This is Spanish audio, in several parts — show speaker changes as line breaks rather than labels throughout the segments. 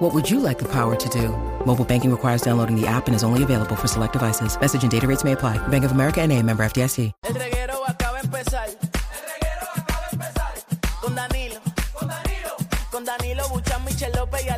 What would you like the power to do? Mobile banking requires downloading the app and is only available for select devices. Message and data rates may apply. Bank of America and a member FDIC.
El reguero acaba de empezar. El reguero acaba de empezar. Con Danilo. Con Danilo. Con Danilo Buchan, Michel López y Alejandro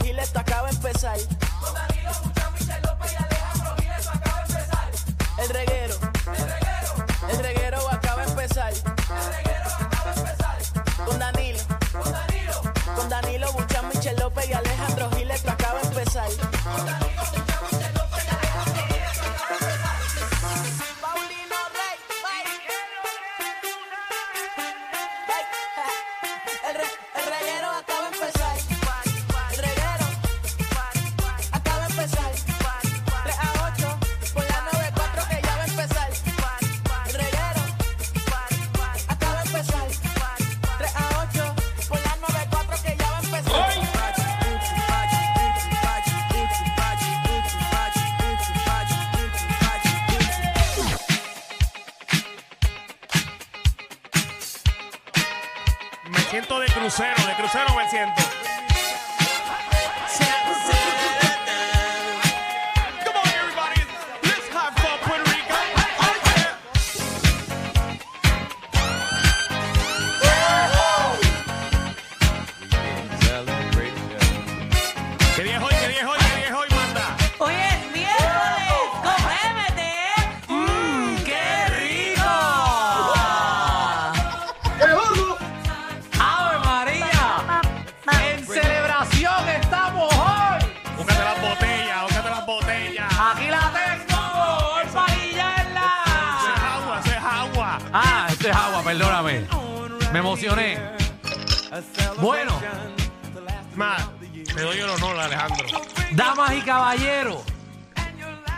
Gil, esto acaba de empezar. Con Danilo Buchan, Michel López y Alejandro Gil, esto acaba de empezar. El reguero. El reguero. El reguero acaba de empezar. El reguero acaba de empezar. Con Danilo. Con Danilo. Con Danilo Buchan, Michel López y Alejandro Gil, esto acaba de empezar. Paulino Rey. El, re- el reguero acaba de empezar. El reguero acaba de empezar. 3 a 8 por la 94 que ya va a empezar. El reguero acaba de empezar. 3 a 8 por la 94 que ya va a empezar.
Me siento de crucero, de crucero me siento. Come on, everybody. Let's have fun, Puerto Rico. Oh, yeah. ¿Qué día es hoy? ¿Qué día es hoy? ¿Qué día es hoy, manda?
Hoy es miércoles, comémete. Mmm, qué rico. ¡Ave María! En celebración estamos hoy.
Búscate las botellas, búscate las botellas.
Aquí la tengo,
Eso
hoy
es
parillala.
agua, eso es agua.
Ah, esto es agua, perdóname. Me emocioné. Bueno,
Más, te doy el honor, Alejandro.
damas y caballeros,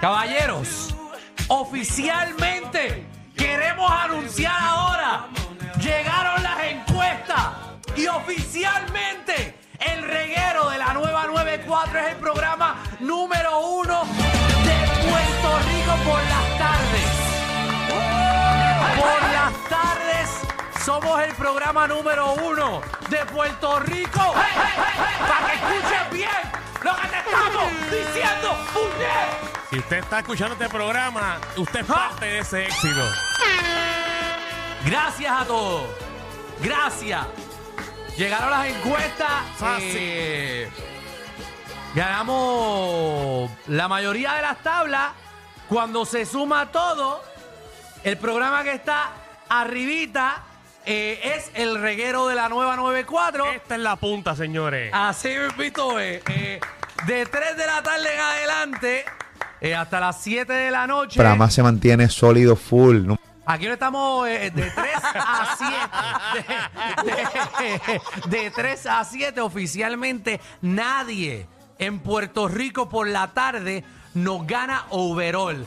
caballeros, oficialmente queremos anunciar ahora, llegaron las encuestas y oficialmente el reguero de la nueva 94 es el programa número uno de Puerto Rico por las tardes. Por las tardes somos el programa número uno de Puerto Rico. Para que escuchen bien lo que te estamos diciendo, puñet.
Si usted está escuchando este programa, usted es parte de ese éxito.
Gracias a todos. Gracias. Llegaron las encuestas.
Fácil.
eh, ganamos la mayoría de las tablas. Cuando se suma todo, el programa que está arribita eh, es el reguero de la nueva 94.
Esta es la punta, señores.
Así mismo es. Eh, de 3 de la tarde en adelante eh, hasta las 7 de la noche.
Pero además se mantiene sólido, full. ¿no?
Aquí no estamos eh, de 3 a 7. De, de- de 3 a 7 oficialmente nadie en Puerto Rico por la tarde nos gana overall.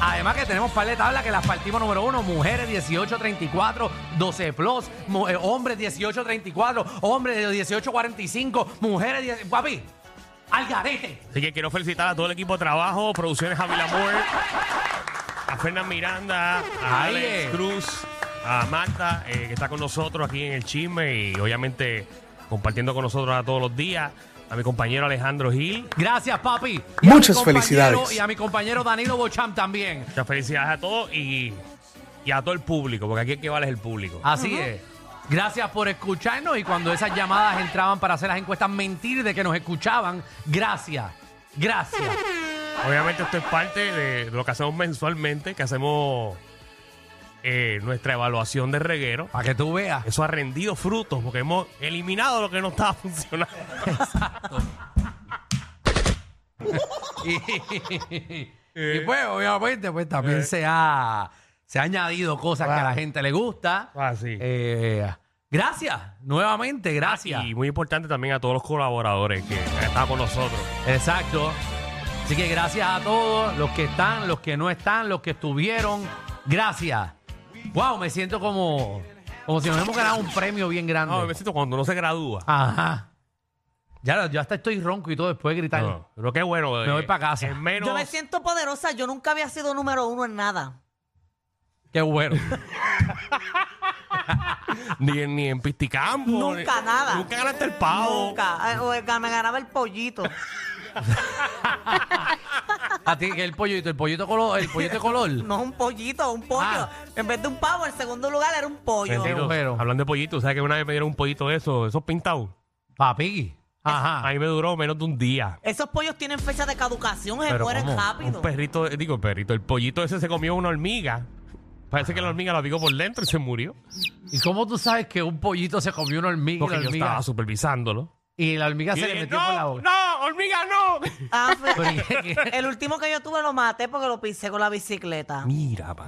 Además que tenemos par de tablas que las partimos número uno, mujeres 18-34, 12 plus, mu- eh, hombres 18-34, hombres 18-45, mujeres 10, papi, al garete.
Así que quiero felicitar a todo el equipo de trabajo, producciones Javi Lamor, a Fernán Miranda, a
Ahí
Alex
es.
Cruz, a Marta, eh, que está con nosotros aquí en el chisme y obviamente compartiendo con nosotros a todos los días, a mi compañero Alejandro Gil.
Gracias, papi.
Muchas
a mi compañero-
felicidades.
Y a mi compañero Danilo Bocham también.
Muchas felicidades a todos y, y a todo el público, porque aquí el que vale es el público.
Así es. Gracias por escucharnos y cuando esas llamadas entraban para hacer las encuestas, mentir de que nos escuchaban. Gracias. Gracias.
Obviamente esto es parte de lo que hacemos mensualmente, que hacemos eh, nuestra evaluación de reguero.
Para que tú veas.
Eso ha rendido frutos porque hemos eliminado lo que no estaba funcionando.
y,
Eh.
y pues, obviamente, pues también se ha, se ha añadido cosas que a la gente le gusta.
Ah, sí.
Eh, gracias. Nuevamente, gracias.
Y muy importante también a todos los colaboradores que han estado con nosotros.
Exacto. Así que gracias a todos los que están, los que no están, los que estuvieron. Gracias. Wow, me siento como, como si nos hemos ganado un premio bien grande.
No, me siento cuando uno se gradúa.
Ajá. Ya, yo hasta estoy ronco y todo después de gritar.
No, pero qué bueno. eh,
Me voy pa' casa.
En menos,
Yo me siento poderosa, yo nunca había sido número uno en nada.
Qué bueno.
ni, en- ni en Pisticampo.
Nunca,
ni-
nada.
Nunca ganaste el
Ah, oh.
pavo.
Nunca. Eh, o el- me ganaba el pollito.
A ti que el pollito, el pollito color, el pollito de color.
No un pollito, un pollo.
Ah.
En vez de un pavo, el segundo lugar era un pollo.
Bendito. agujero.
Hablando de pollitos, ¿sabes que una vez me dieron un pollito de esos, esos pintados?
Papi. Ajá.
A mí me duró menos de un día.
Esos pollos tienen fecha de caducación, se
Pero
mueren
¿cómo?
rápido.
Un perrito, eh, digo, el perrito, el pollito ese se comió una hormiga. Parece
Ah.
que la hormiga la picó por dentro y se murió.
¿Y cómo tú sabes que un pollito se comió una hormiga? y
Porque
la
yo
hormiga-
estaba supervisándolo.
Y la hormiga
Y
se
dije,
le metió
no,
por la boca.
no, hormiga, no.
Ah, fe-
Pero, ¿y qué- qué?
el último que yo tuve lo maté porque lo pisé con la bicicleta.
Mira, pa.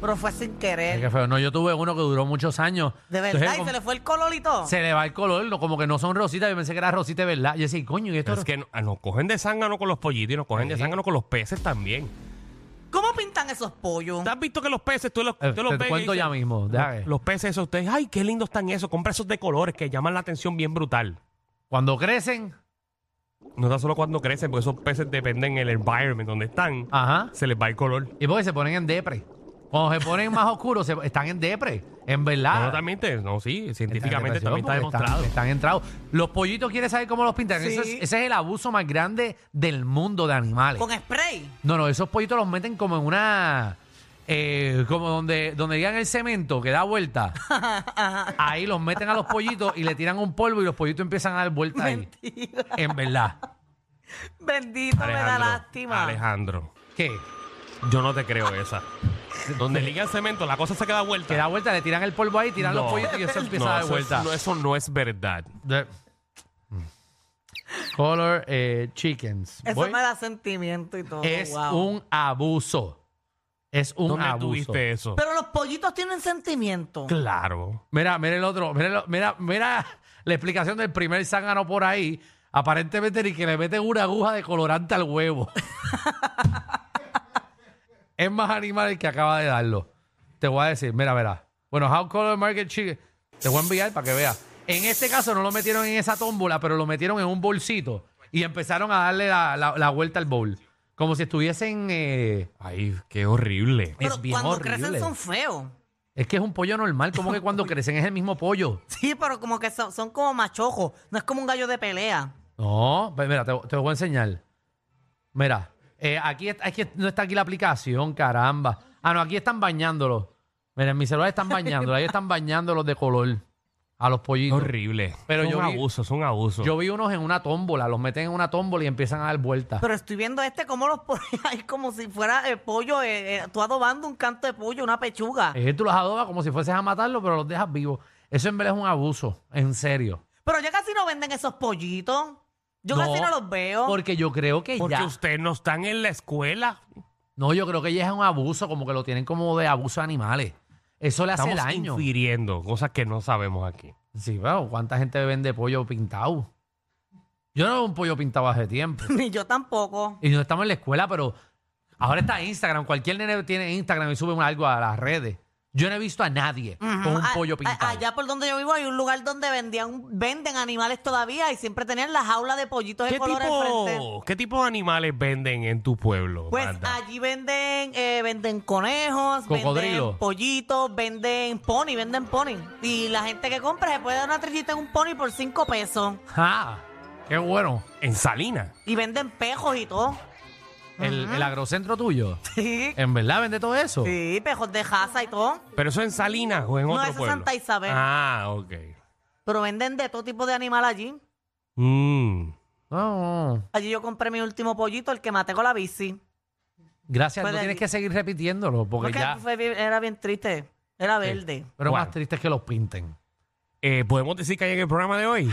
Pero fue sin
Ay,
querer.
qué feo. No, yo tuve uno que duró muchos años.
De verdad,
Entonces,
y
como-
se le fue el color y todo.
se le va el color, no, como que no son rositas. Yo pensé que era rosita de verdad. Yo decía, coño, ¿y esto
Es que no- nos cogen de zángano con los pollitos y nos cogen de zángano con los peces también.
¿Cómo pintan esos pollos?
¿Te has visto que los peces, tú los,
Eh,
tú los
te
ves y
cuento ya mismo, deja
Los,
que-
los peces esos, ustedes, ay, qué lindos están esos. Compra esos de colores que llaman la atención bien brutal.
Cuando crecen,
No tan solo cuando crecen, porque esos peces dependen del environment donde están.
ajá.
Se les va el color.
Y porque se ponen en depre. Cuando se ponen más oscuros, se- están en depre. En
No,
verdad.
totalmente, no, sí,
Están
científicamente
en
también está
depresión porque
demostrado.
Están, están entrados. Los pollitos quieren saber cómo los pintan. Eso es-
Sí.
ese es el abuso más grande del mundo de animales.
¿Con spray?
No, no, esos pollitos los meten como en una. eh, como donde, donde llegan el cemento que da vuelta. ahí los meten a los pollitos y le tiran un polvo y los pollitos empiezan a dar vuelta ahí.
Mentira.
En verdad.
Bendito, me da lástima.
Alejandro,
¿Qué?
yo no te creo esa. Donde liga el cemento, la cosa se queda vuelta.
Que da vuelta, le tiran el polvo ahí, tiran
No.
los pollitos y eso empieza
No,
a dar
eso es-
vuelta.
no, eso no es verdad.
De- Color eh, chickens.
Eso
Voy.
me da sentimiento y todo.
Es
wow.
un abuso. Es un
¿Dónde
abuso.
tuviste eso?
Pero los pollitos tienen sentimiento.
Claro.
Mira, mira el otro, mira, el o- mira, mira la explicación del primer zángano por ahí. Aparentemente ni que le meten una aguja de colorante al huevo. es más animal el que acaba de darlo. Te voy a decir, mira, verá. Bueno, How Color Market Chicken. Te voy a enviar para que veas. En este caso no lo metieron en esa tómbola, pero lo metieron en un bolsito y empezaron a darle la, la- la vuelta al bowl. Como si estuviesen... eh,
Ay, qué horrible.
Pero
es bien
cuando
horrible.
crecen son feos.
Es que es un pollo normal, como que cuando crecen es el mismo pollo.
Sí, pero como que son, son como machojos. No es como un gallo de pelea.
No, pues mira, te, te voy a enseñar. Mira, eh, aquí está- es que no está aquí la aplicación, caramba. Ah, no, aquí están bañándolo. Mira, en mi celular están bañándolo. Ahí están bañándolos de color a los
Es
pollitos.
horrible.
Pero
es
yo
un
vi-
abuso, es un abuso.
Yo vi unos en una tómbola, los meten en una tómbola y empiezan a dar vueltas.
Pero estoy viendo este como los ponen ahí como si fuera eh, pollo, eh, eh, tú adobando un canto de pollo, una pechuga.
Eh, tú los adobas como si fueses a matarlo, pero los dejas vivos. Eso en verdad es un abuso, en serio.
Pero ya casi no venden esos pollitos. Yo
No,
casi no los veo.
Porque yo creo que
Porque
ya.
ustedes no están en la escuela.
No, yo creo que ya es un abuso, como que lo tienen como de abuso a animales. Eso le hace
Estamos
daño.
infiriendo cosas que no sabemos aquí.
Sí, pero ¿cuánta gente vende pollo pintado? Yo no veo un pollo pintado hace tiempo.
Ni yo tampoco.
Y no estamos en la escuela, pero ahora está Instagram. Cualquier nene tiene Instagram y sube un- algo a las redes. Yo no he visto a nadie con un
A-
pollo
a-
pintado.
Ah, allá por donde yo vivo hay un lugar donde vendían, venden animales todavía y siempre tenían la jaula de pollitos de
¿Qué
color al frente.
tipo, ¿Qué tipo de animales venden en tu pueblo?
Pues
Magda?
allí venden eh, venden conejos,
Cocodrilo.
venden pollitos, venden pony, venden pony. Y la gente que compra se puede dar una trillita en un pony por cinco pesos.
¡Ah! ¡Qué bueno!
En Salinas.
Y venden pejos y todo.
El, el agrocentro tuyo.
Sí,
¿En verdad vende todo eso?
sí, pejos de jaza y todo.
¿Pero eso en Salinas o en
No,
otro
eso es
pueblo?
Santa Isabel.
Ah, ok.
Pero venden de todo tipo de animal allí.
Mm.
No, no.
Allí yo compré mi último pollito, el que maté con la bici.
Gracias.
Pues
no
de
tienes
ahí.
que seguir repitiéndolo porque
Porque
ya...
fue bien- era bien triste. Era verde.
Pero
Bueno.
más triste es que los pinten.
Eh, ¿Podemos decir que hay en el programa de hoy?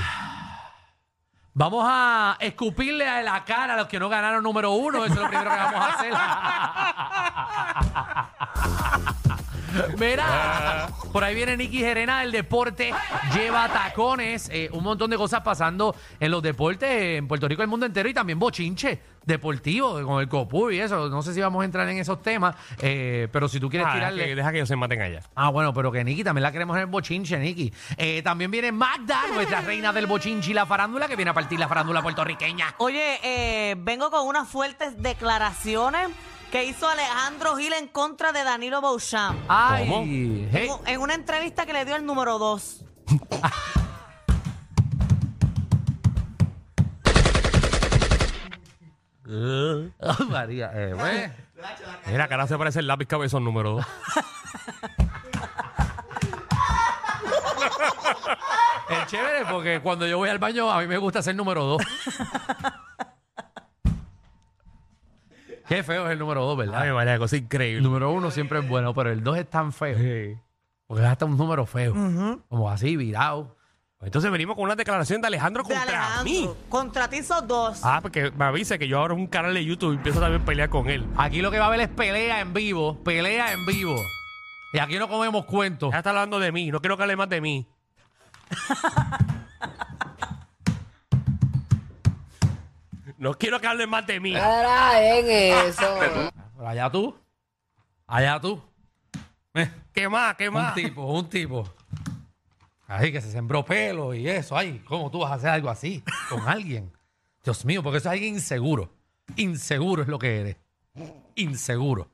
Vamos a escupirle a la cara a los que no ganaron número uno. Eso es lo primero que vamos a hacer. Mira, por ahí viene Nicky Gerena del deporte, lleva tacones, eh, un montón de cosas pasando en los deportes eh, en Puerto Rico, el mundo entero y también bochinche deportivo eh, con el Copú y eso. No sé si vamos a entrar en esos temas, eh, pero si tú quieres
Ah, deja
tirarle...
que, deja que ellos se maten allá.
Ah, bueno, pero que Nikki también la queremos en el bochinche, Nikki. Eh, también viene Magda, nuestra reina del bochinche y la farándula, que viene a partir la farándula puertorriqueña.
Oye, eh, vengo con unas fuertes declaraciones que hizo Alejandro Gil en contra de Danilo Beauchamp.
Ay,
¿Cómo?
hey.
En una entrevista que le dio el número 2.
Ay, María, eh, pues.
Mira, cara se parece el lápiz cabezón número 2.
Es chévere porque cuando yo voy al baño a mí me gusta ser número dos. Qué feo es el número dos, ¿verdad?
Ay, María, cosa
el
increíble.
número uno siempre es bueno, pero el dos es tan feo. Porque es hasta un número feo. Como así, virado.
Entonces venimos con una declaración de Alejandro
De
contra
Alejandro.
mí.
Contratizo 2.
Ah, porque me avisa que yo abro un canal de YouTube y empiezo también a pelear con él.
Aquí lo que va a haber es pelea en vivo. Pelea en vivo. Y aquí no comemos cuentos.
Ya está hablando de mí, no quiero que hable más de mí. No quiero que hable más de mí.
Ahora en eso.
Pero allá tú. Allá tú. Eh,
¿Qué más? ¿Qué
un
más?
tipo, un tipo. Ahí que se sembró pelo y eso. Ay, ¿cómo tú vas a hacer algo así con alguien? Dios mío, porque eso es alguien inseguro. Inseguro es lo que eres. Inseguro.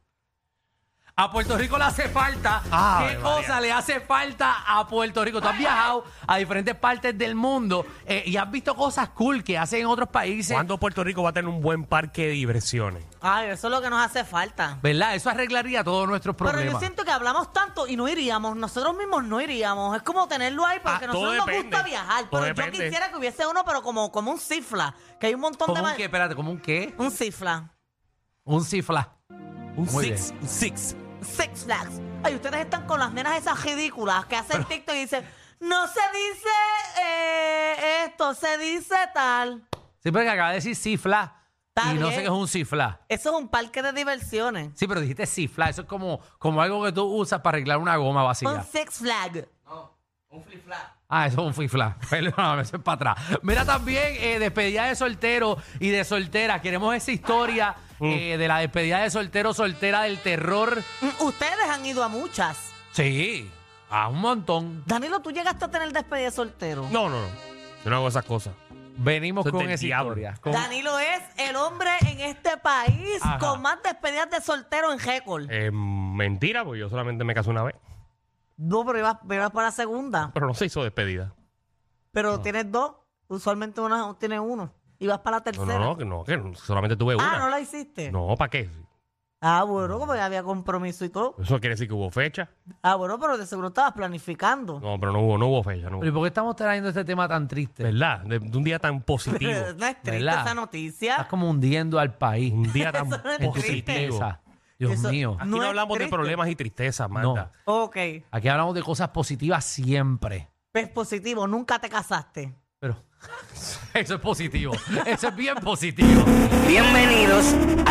A Puerto Rico le hace falta.
Ave
¿Qué
María.
cosa le hace falta a Puerto Rico? Tú has viajado a diferentes partes del mundo eh, y has visto cosas cool que hacen en otros países.
¿Cuándo Puerto Rico va a tener un buen parque de diversiones?
Ay, eso es lo que nos hace falta.
¿Verdad? Eso arreglaría todos nuestros problemas.
Pero yo siento que hablamos tanto y no iríamos. Nosotros mismos no iríamos. Es como tenerlo ahí porque
Ah,
a
todo
nosotros nos
depende.
gusta viajar.
Todo
Pero yo
depende.
quisiera que hubiese uno, pero como, como un cifla. Que hay un montón
¿Cómo
de...
un
ma-
qué? Espérate, ¿cómo un qué?
Un cifla.
Un cifla.
Un
Muy
six, un six.
Six Flags. Ay, ustedes están con las nenas esas ridículas que hacen TikTok y dicen, no se dice eh, esto, se dice tal.
Sí, pero que acaba de decir cifla.
Está
y no sé
bien.
qué es un cifla.
Eso es un parque de diversiones.
Sí, pero dijiste cifla. Eso es como, como algo que tú usas para arreglar una goma
Un
vacía.
Six Flag.
Ah, eso es un fifla. Perdóname, eso es para atrás. Mira también eh, despedida de soltero y de soltera. Queremos esa historia
Mm.
eh, de la despedida de soltero, soltera del terror.
Mm, Ustedes han ido a muchas.
Sí, a un montón.
Danilo, tú llegaste a tener despedida de soltero.
No, no, no. Yo no hago esas cosas.
Venimos
Eso es
con
del
esa
diablo.
historia. Con-
Danilo es el hombre en este país
Ajá.
con más despedidas de soltero en récord.
Eh, mentira, porque yo solamente me casé una vez.
No, pero ibas, ibas para segunda.
Pero no se hizo despedida.
Pero tienes dos. Usualmente una tiene uno. Y vas para la
No, no,
tercera.
no, que no, que solamente tuve
ah, no
una.
la hiciste.
No, ¿para qué?
Ah, bueno, como ya había compromiso y todo.
Eso quiere decir que hubo fecha.
Ah, bueno, pero de seguro estabas planificando.
No, pero no hubo, no hubo fecha. No
Pero ¿y
hubo.
por qué estamos trayendo este tema tan triste?
¿Verdad? De, de un día tan positivo.
no es triste
¿Verdad?
esa
Estás
noticia.
como hundiendo al país.
un día tan
Eso no es
en tu
triste.
positivo.
tristeza. Dios
Eso- Ah,
mío.
Aquí
No
no,
es
hablamos de
triste.
problemas y tristezas, Marta.
Ok,
Aquí hablamos de cosas positivas siempre.
es positivo, nunca te casaste.
Pero eso es positivo. Eso es bien positivo.
Bienvenidos a